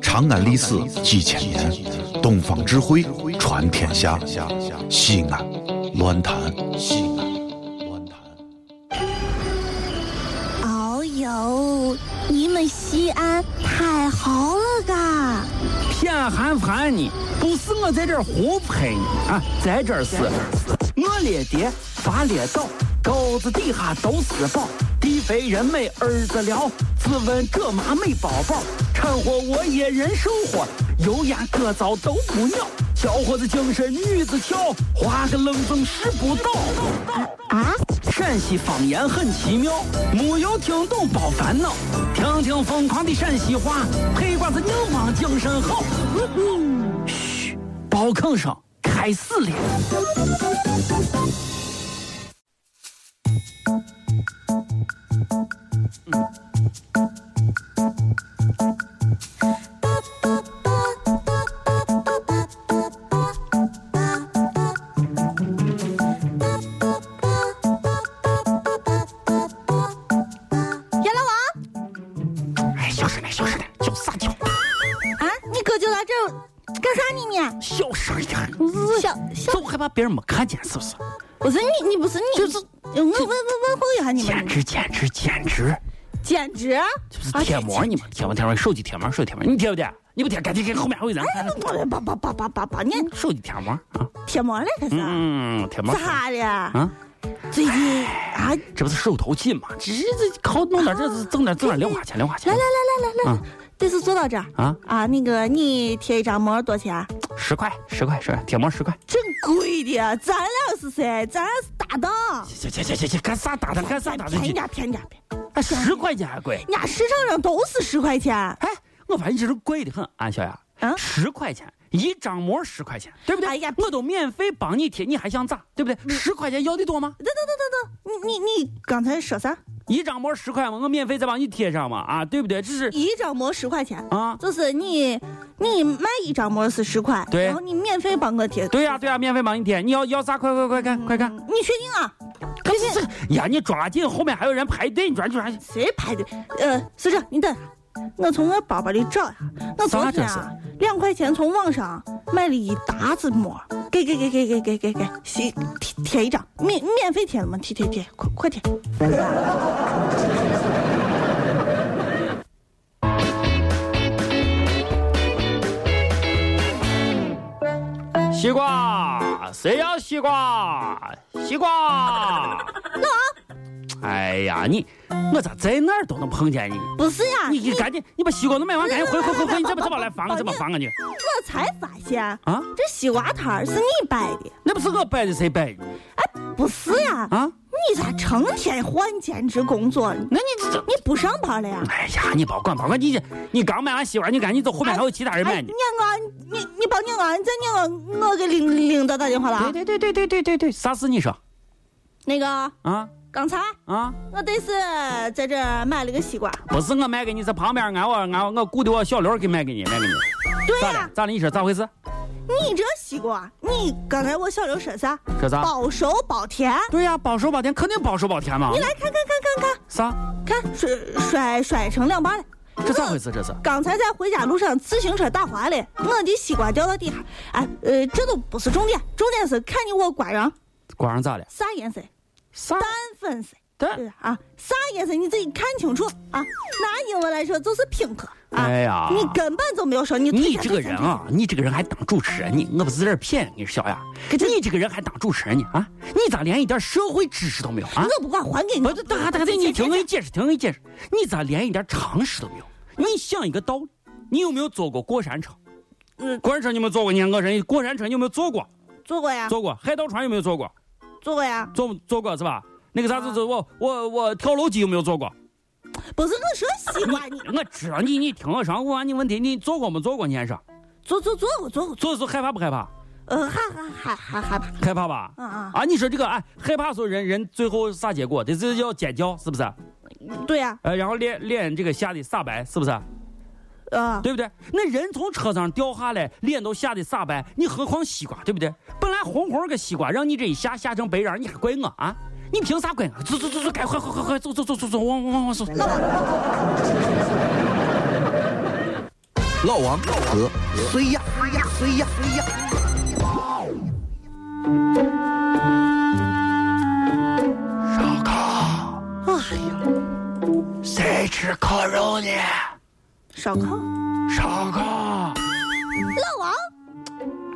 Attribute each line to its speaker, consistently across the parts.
Speaker 1: 长安历史几千年，东方智慧传天下。西安，乱谈西安，乱谈。
Speaker 2: 哦呦，你们西安太好了嘎！
Speaker 3: 偏寒寒你，不是我在这儿胡喷你啊，在这儿是，我列爹爸列倒，沟子底下都是宝，地肥人美儿子了，自问这妈没宝宝，掺和我也人生活，油盐各糟都不尿，小伙子精神女子俏，花个愣风使不倒。
Speaker 2: 啊，
Speaker 3: 陕西方言很奇妙，没有听懂别烦恼，听听疯狂的陕西话，黑瓜子硬邦精神好。嘘，包吭声开始了。
Speaker 2: 阎罗王
Speaker 3: 哎，小声点，小声点，叫啥叫？
Speaker 2: 啊，你哥就来这儿干啥呢你？
Speaker 3: 小声一点，
Speaker 2: 小小，
Speaker 3: 就害怕别人没看见，是不是？
Speaker 2: 我说你你不是你，就是我问问问候一下你
Speaker 3: 简
Speaker 2: 们，
Speaker 3: 直，简直，简直，
Speaker 2: 简直啊哎
Speaker 3: 就是贴膜你们，贴膜，贴膜，手机贴膜，手机贴膜，你贴不贴？你不贴，赶紧给后面会人
Speaker 2: 哎
Speaker 3: 看看。
Speaker 2: 叭叭叭叭叭叭，你
Speaker 3: 手机贴膜啊，
Speaker 2: 贴膜了这是？
Speaker 3: 嗯，贴膜。
Speaker 2: 咋了？
Speaker 3: 啊，
Speaker 2: 最近啊，
Speaker 3: 哎这不是手头紧嘛？这这靠弄点这挣点挣点零花钱，零花钱
Speaker 2: 来来。来来来来
Speaker 3: 啊，
Speaker 2: 这次坐到这儿
Speaker 3: 啊
Speaker 2: 啊，那个你贴一张膜多少钱啊？
Speaker 3: 十块，十块，十块，贴膜十块。
Speaker 2: 真贵的，啊咱俩是谁？咱俩是搭档。
Speaker 3: 行行行行行，干啥打的？干啥打的？
Speaker 2: 便宜点，便宜点，便宜点
Speaker 3: 哎，十块钱还贵。
Speaker 2: 人家市场上都是十块钱。
Speaker 3: 哎，我反正这都贵的很，俺小雅。
Speaker 2: 啊
Speaker 3: 十块钱一张膜，十块钱，对不对？
Speaker 2: 哎呀嗯
Speaker 3: 我都免费帮你贴，你还想咋？对不对？十块钱要的多吗？
Speaker 2: 等等等等等，你你你刚才说啥？
Speaker 3: 一张膜十块嘛，我免费再帮你贴上嘛，啊，对不对？这是
Speaker 2: 一张膜十块钱，
Speaker 3: 啊，
Speaker 2: 就是你你卖一张膜是十块，
Speaker 3: 对
Speaker 2: 然后你免费帮我贴。
Speaker 3: 对呀、对呀、免费帮你贴。你要要啥？快快快看，快看！
Speaker 2: 你确定啊？
Speaker 3: 可是呀，你抓紧，后面还有人排队，你抓紧抓紧。
Speaker 2: 谁排的？呃，是这，你等下，我从我包包里找呀。我昨天
Speaker 3: 啥
Speaker 2: 啊，两块钱从网上买了一沓子膜，给给给给给给给给，贴贴贴一张，免免费贴了吗？贴贴贴，快快贴！
Speaker 3: 西瓜，谁要西瓜？西 瓜，哎呀，你我咋在哪儿都能碰见你？
Speaker 2: 不是呀，
Speaker 3: 你你赶紧，你把西瓜都买完，赶紧回回回回，你怎么怎么来烦我？
Speaker 2: 宝
Speaker 3: 怎么烦啊我你？
Speaker 2: 我才发现
Speaker 3: 啊，
Speaker 2: 这西瓜摊儿是你摆的，
Speaker 3: 那不是我摆的，谁摆的？
Speaker 2: 哎不是呀？
Speaker 3: 啊，
Speaker 2: 你咋成天换兼职工作呢？
Speaker 3: 那你这，
Speaker 2: 你不上班了呀？
Speaker 3: 哎呀，你别管别管，你这你刚买完西瓜，你赶紧走，后面还有其他人买
Speaker 2: 哎，
Speaker 3: 呢
Speaker 2: 念。啊，你你帮念啊，你再念啊，我给领领导打电话了啊。
Speaker 3: 对对对对对对对，啥事你说
Speaker 2: 那个，
Speaker 3: 啊
Speaker 2: 刚才
Speaker 3: 啊？
Speaker 2: 我得是在这儿买了个西瓜，
Speaker 3: 不是我卖给你，是旁边俺我俺我雇的我小刘给卖给你，卖给你。
Speaker 2: 对
Speaker 3: 咋
Speaker 2: 呀、
Speaker 3: 的？咋的？你说咋回事？
Speaker 2: 你这西瓜，你刚才我小刘说啥？
Speaker 3: 说啥？
Speaker 2: 啊保熟保甜。
Speaker 3: 对呀，保熟保甜，肯定保熟保甜嘛
Speaker 2: 你。来看看看
Speaker 3: 啥？
Speaker 2: 看看看，摔摔摔成两半了。嗯
Speaker 3: 这咋回事？这是？
Speaker 2: 刚才在回家路上，自行车打滑了，我的西瓜掉到地下。哎，呃，这都不是重点，重点是看你我瓜瓤
Speaker 3: 瓜上咋了？
Speaker 2: 啥颜色，
Speaker 3: 啥？
Speaker 2: 淡粉色。
Speaker 3: 对
Speaker 2: 对。啊，啥颜色你自己看清楚啊！拿英文来说就是 pink 啊，
Speaker 3: 哎呀
Speaker 2: 你根本就没有说你
Speaker 3: 你
Speaker 2: 退下
Speaker 3: 这个人，啊，你这个人还当主持人呢？我不是在这儿骗你，小雅，
Speaker 2: 可这
Speaker 3: 你这个人还当主持人呢啊？你咋连一点社会知识都没有啊
Speaker 2: 退下？我不管还给你。
Speaker 3: 不是，等下等下，你听我给你解释，听我给你解释，你咋连一点常识都没有？你想一个道理，你有没有坐过过山车？
Speaker 2: 嗯
Speaker 3: 过山车你有没有坐过？你看我说你过山车你有没有坐过？
Speaker 2: 做过呀，
Speaker 3: 坐过。海盗船有没有坐过？
Speaker 2: 做过呀。
Speaker 3: 坐坐过是吧？那个啥子，我我我跳楼机有没有坐过？
Speaker 2: 不是我说西瓜，你
Speaker 3: 我知道你，你听我上问完你问题，你坐过没坐过？你还说
Speaker 2: 做做做过做过，
Speaker 3: 坐的时候害怕不害怕？
Speaker 2: 呃，害害害害害怕，
Speaker 3: 害怕吧？
Speaker 2: 嗯嗯
Speaker 3: 啊，你说这个哎，害怕的时候人人最后啥结果？得是要尖叫，是不是？
Speaker 2: 对呀，
Speaker 3: 呃，然后脸脸这个吓得煞白，是不是？
Speaker 2: 呃，
Speaker 3: 对不对？那人从车上掉下来，脸都吓得煞白，你何况西瓜，对不对？本来红红个西瓜，让你这一下吓成白瓤，你还怪我啊？你凭啥怪我？走走走走，该快快快快，走走走走走，往往往走。
Speaker 2: 老板，
Speaker 1: 老王和
Speaker 3: 谁呀谁呀谁呀。
Speaker 4: 老高，
Speaker 2: 哎呀，
Speaker 4: 谁吃烤肉呢？
Speaker 2: 烧烤，
Speaker 4: 烧烤。
Speaker 2: 老王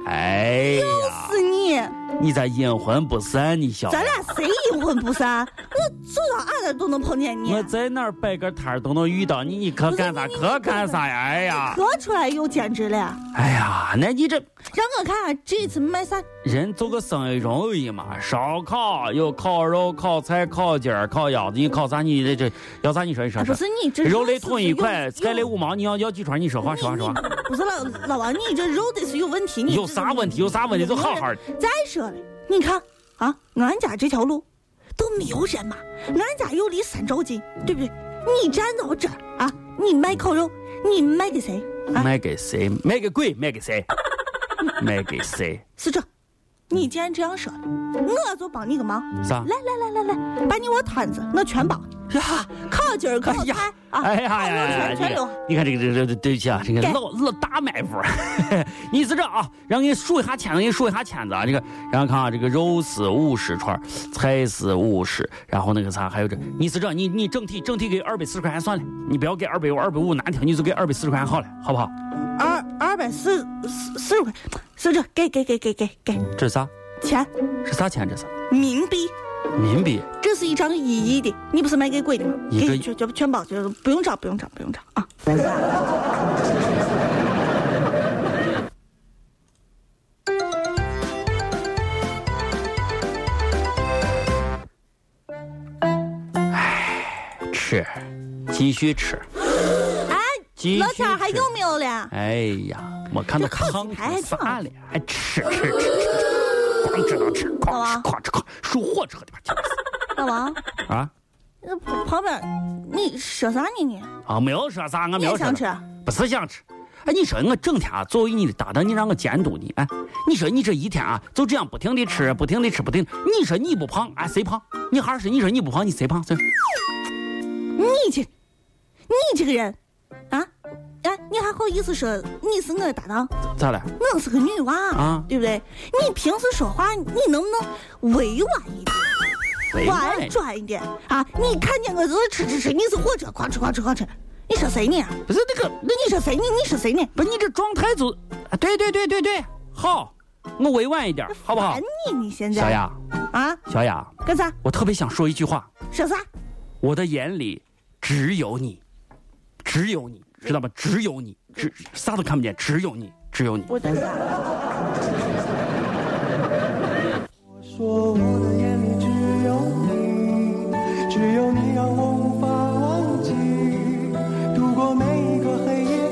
Speaker 3: 哎呀，
Speaker 2: 是你，
Speaker 3: 你咋阴魂不散？你小子
Speaker 2: 咱俩谁阴魂不 散？我走到哪儿都能碰见你啊
Speaker 3: 我，在哪儿摆个摊儿都能遇到你，你可干啥？
Speaker 2: 不是你
Speaker 3: 可干啥呀？哎呀，
Speaker 2: 隔出来又简直了，
Speaker 3: 哎呀，那你这
Speaker 2: 让我看看这次卖啥？
Speaker 3: 人做个生意容易嘛？烧烤有烤肉、烤菜、烤鸡儿、烤腰子，你烤啥？你这这要啥？你说你说
Speaker 2: 啊哎不
Speaker 3: 说。
Speaker 2: 是你这
Speaker 3: 肉
Speaker 2: 得
Speaker 3: 类
Speaker 2: 是
Speaker 3: 统一
Speaker 2: 有
Speaker 3: 块，
Speaker 2: 有
Speaker 3: 菜类五毛，你要要几串？你说话说话说话。
Speaker 2: 不是老老王，你这肉得是有问题，你
Speaker 3: 有
Speaker 2: 这
Speaker 3: 啥
Speaker 2: 个
Speaker 3: 问题？有啥问题？就好好的。
Speaker 2: 再说了，你看啊，俺家这条路都没有人嘛，俺家又离山照近，对不对？你站到这儿啊，你卖烤肉，你卖给谁啊？
Speaker 3: 卖给谁？卖给鬼？卖 给谁？卖给谁？
Speaker 2: 是这，你既然这样说了，我就帮你个忙。
Speaker 3: 啥？
Speaker 2: 来来来来来，把你我摊子我全包呀，烤鸡儿、烤
Speaker 3: 啊哎
Speaker 2: 菜啊，
Speaker 3: 呀哎呀
Speaker 2: 烤
Speaker 3: 呀
Speaker 2: 肉
Speaker 3: 呀哎
Speaker 2: 全全
Speaker 3: 呀
Speaker 2: 留。！
Speaker 3: 你看这个这个这对不起啊，这个
Speaker 2: 给
Speaker 3: 老老大卖夫，你是这啊，让你数一下签子，给你数一下签子啊。这个，然后看啊，这个肉是五十串，菜是五十，然后那个啥还有这，你是这，你你整体整体给二百四十块钱算了，你不要给二百五，二百五难听，你就给二百四十块钱好了，好不好？
Speaker 2: 二二百四四四十块，是这，给给给给给给
Speaker 3: 这是啥？
Speaker 2: 钱
Speaker 3: 是啥钱？这是
Speaker 2: 冥币。
Speaker 3: 冥币。
Speaker 2: 这是一张一亿的，你不是卖给鬼的吗？
Speaker 3: 一个
Speaker 2: 给全全全包，就不用找，不用找，不用找啊！
Speaker 3: 吃，继续吃。哎
Speaker 2: 老天儿还有没有了？
Speaker 3: 哎呀，我看到
Speaker 2: 这靠
Speaker 3: 炕
Speaker 2: 几排
Speaker 3: 出啥
Speaker 2: 还
Speaker 3: 了，还吃吃吃吃吃，光知道吃，光吃
Speaker 2: 王
Speaker 3: 光吃光属火车的吧？真是
Speaker 2: 老王，
Speaker 3: 啊
Speaker 2: 那旁边你说啥呢你？
Speaker 3: 啊，没有说啥，我
Speaker 2: 你
Speaker 3: 没有
Speaker 2: 也
Speaker 3: 说
Speaker 2: 想吃
Speaker 3: 啥？？不是想吃。哎，你说我整天啊作为你的搭档，你让我监督你，哎，你说你这一天啊就这样不停的吃，不停的吃，不停地，你说你不胖，哎，谁胖？你还是你说你不胖，你谁胖？谁？
Speaker 2: 你这，你这个人，啊，哎，你还好意思说你是我的搭档？
Speaker 3: 咋了？
Speaker 2: 我是个女娃
Speaker 3: 啊
Speaker 2: 对不对？你平时说话，你能不能委婉一点？
Speaker 3: 喂
Speaker 2: 婉转一点啊！你看见我就是吃吃吃，你是火车，狂吃狂吃狂吃，你说谁呢？
Speaker 3: 不是那个
Speaker 2: 那你说谁呢？你说谁呢？
Speaker 3: 不是你这状态就，啊对对对对对，好，我委婉一点，好不好
Speaker 2: 烦？你你现在
Speaker 3: 啊小雅，
Speaker 2: 啊，
Speaker 3: 小雅，
Speaker 2: 干啥？
Speaker 3: 我特别想说一句话，
Speaker 2: 说啥？
Speaker 3: 我的眼里只有你，只有你，
Speaker 2: 嗯
Speaker 3: 知道吗？只有你，只啥都看不见，只有你，只有你。
Speaker 2: 我等啥？
Speaker 5: 说我的眼里只有你，只有你让我无法忘记。度过每一个黑夜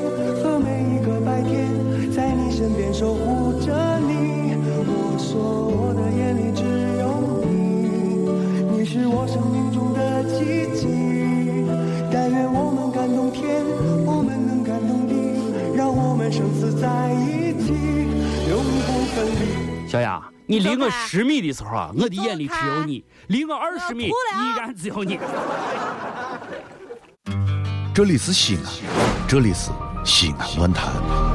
Speaker 5: 和每一个白天，在你身边守护着你。我说我的眼里只有你，你是我生命中的奇迹。但愿我们感动天，我们能感动地，让我们生死在一起，永不分离。
Speaker 3: 小雅，你离
Speaker 2: 走
Speaker 3: 我
Speaker 2: 开
Speaker 3: 十米的时候啊，我的眼里只有你；离我二十米，
Speaker 2: 我哭了啊
Speaker 3: 依然只有你。
Speaker 1: 这里是西安，这里是西安论坛。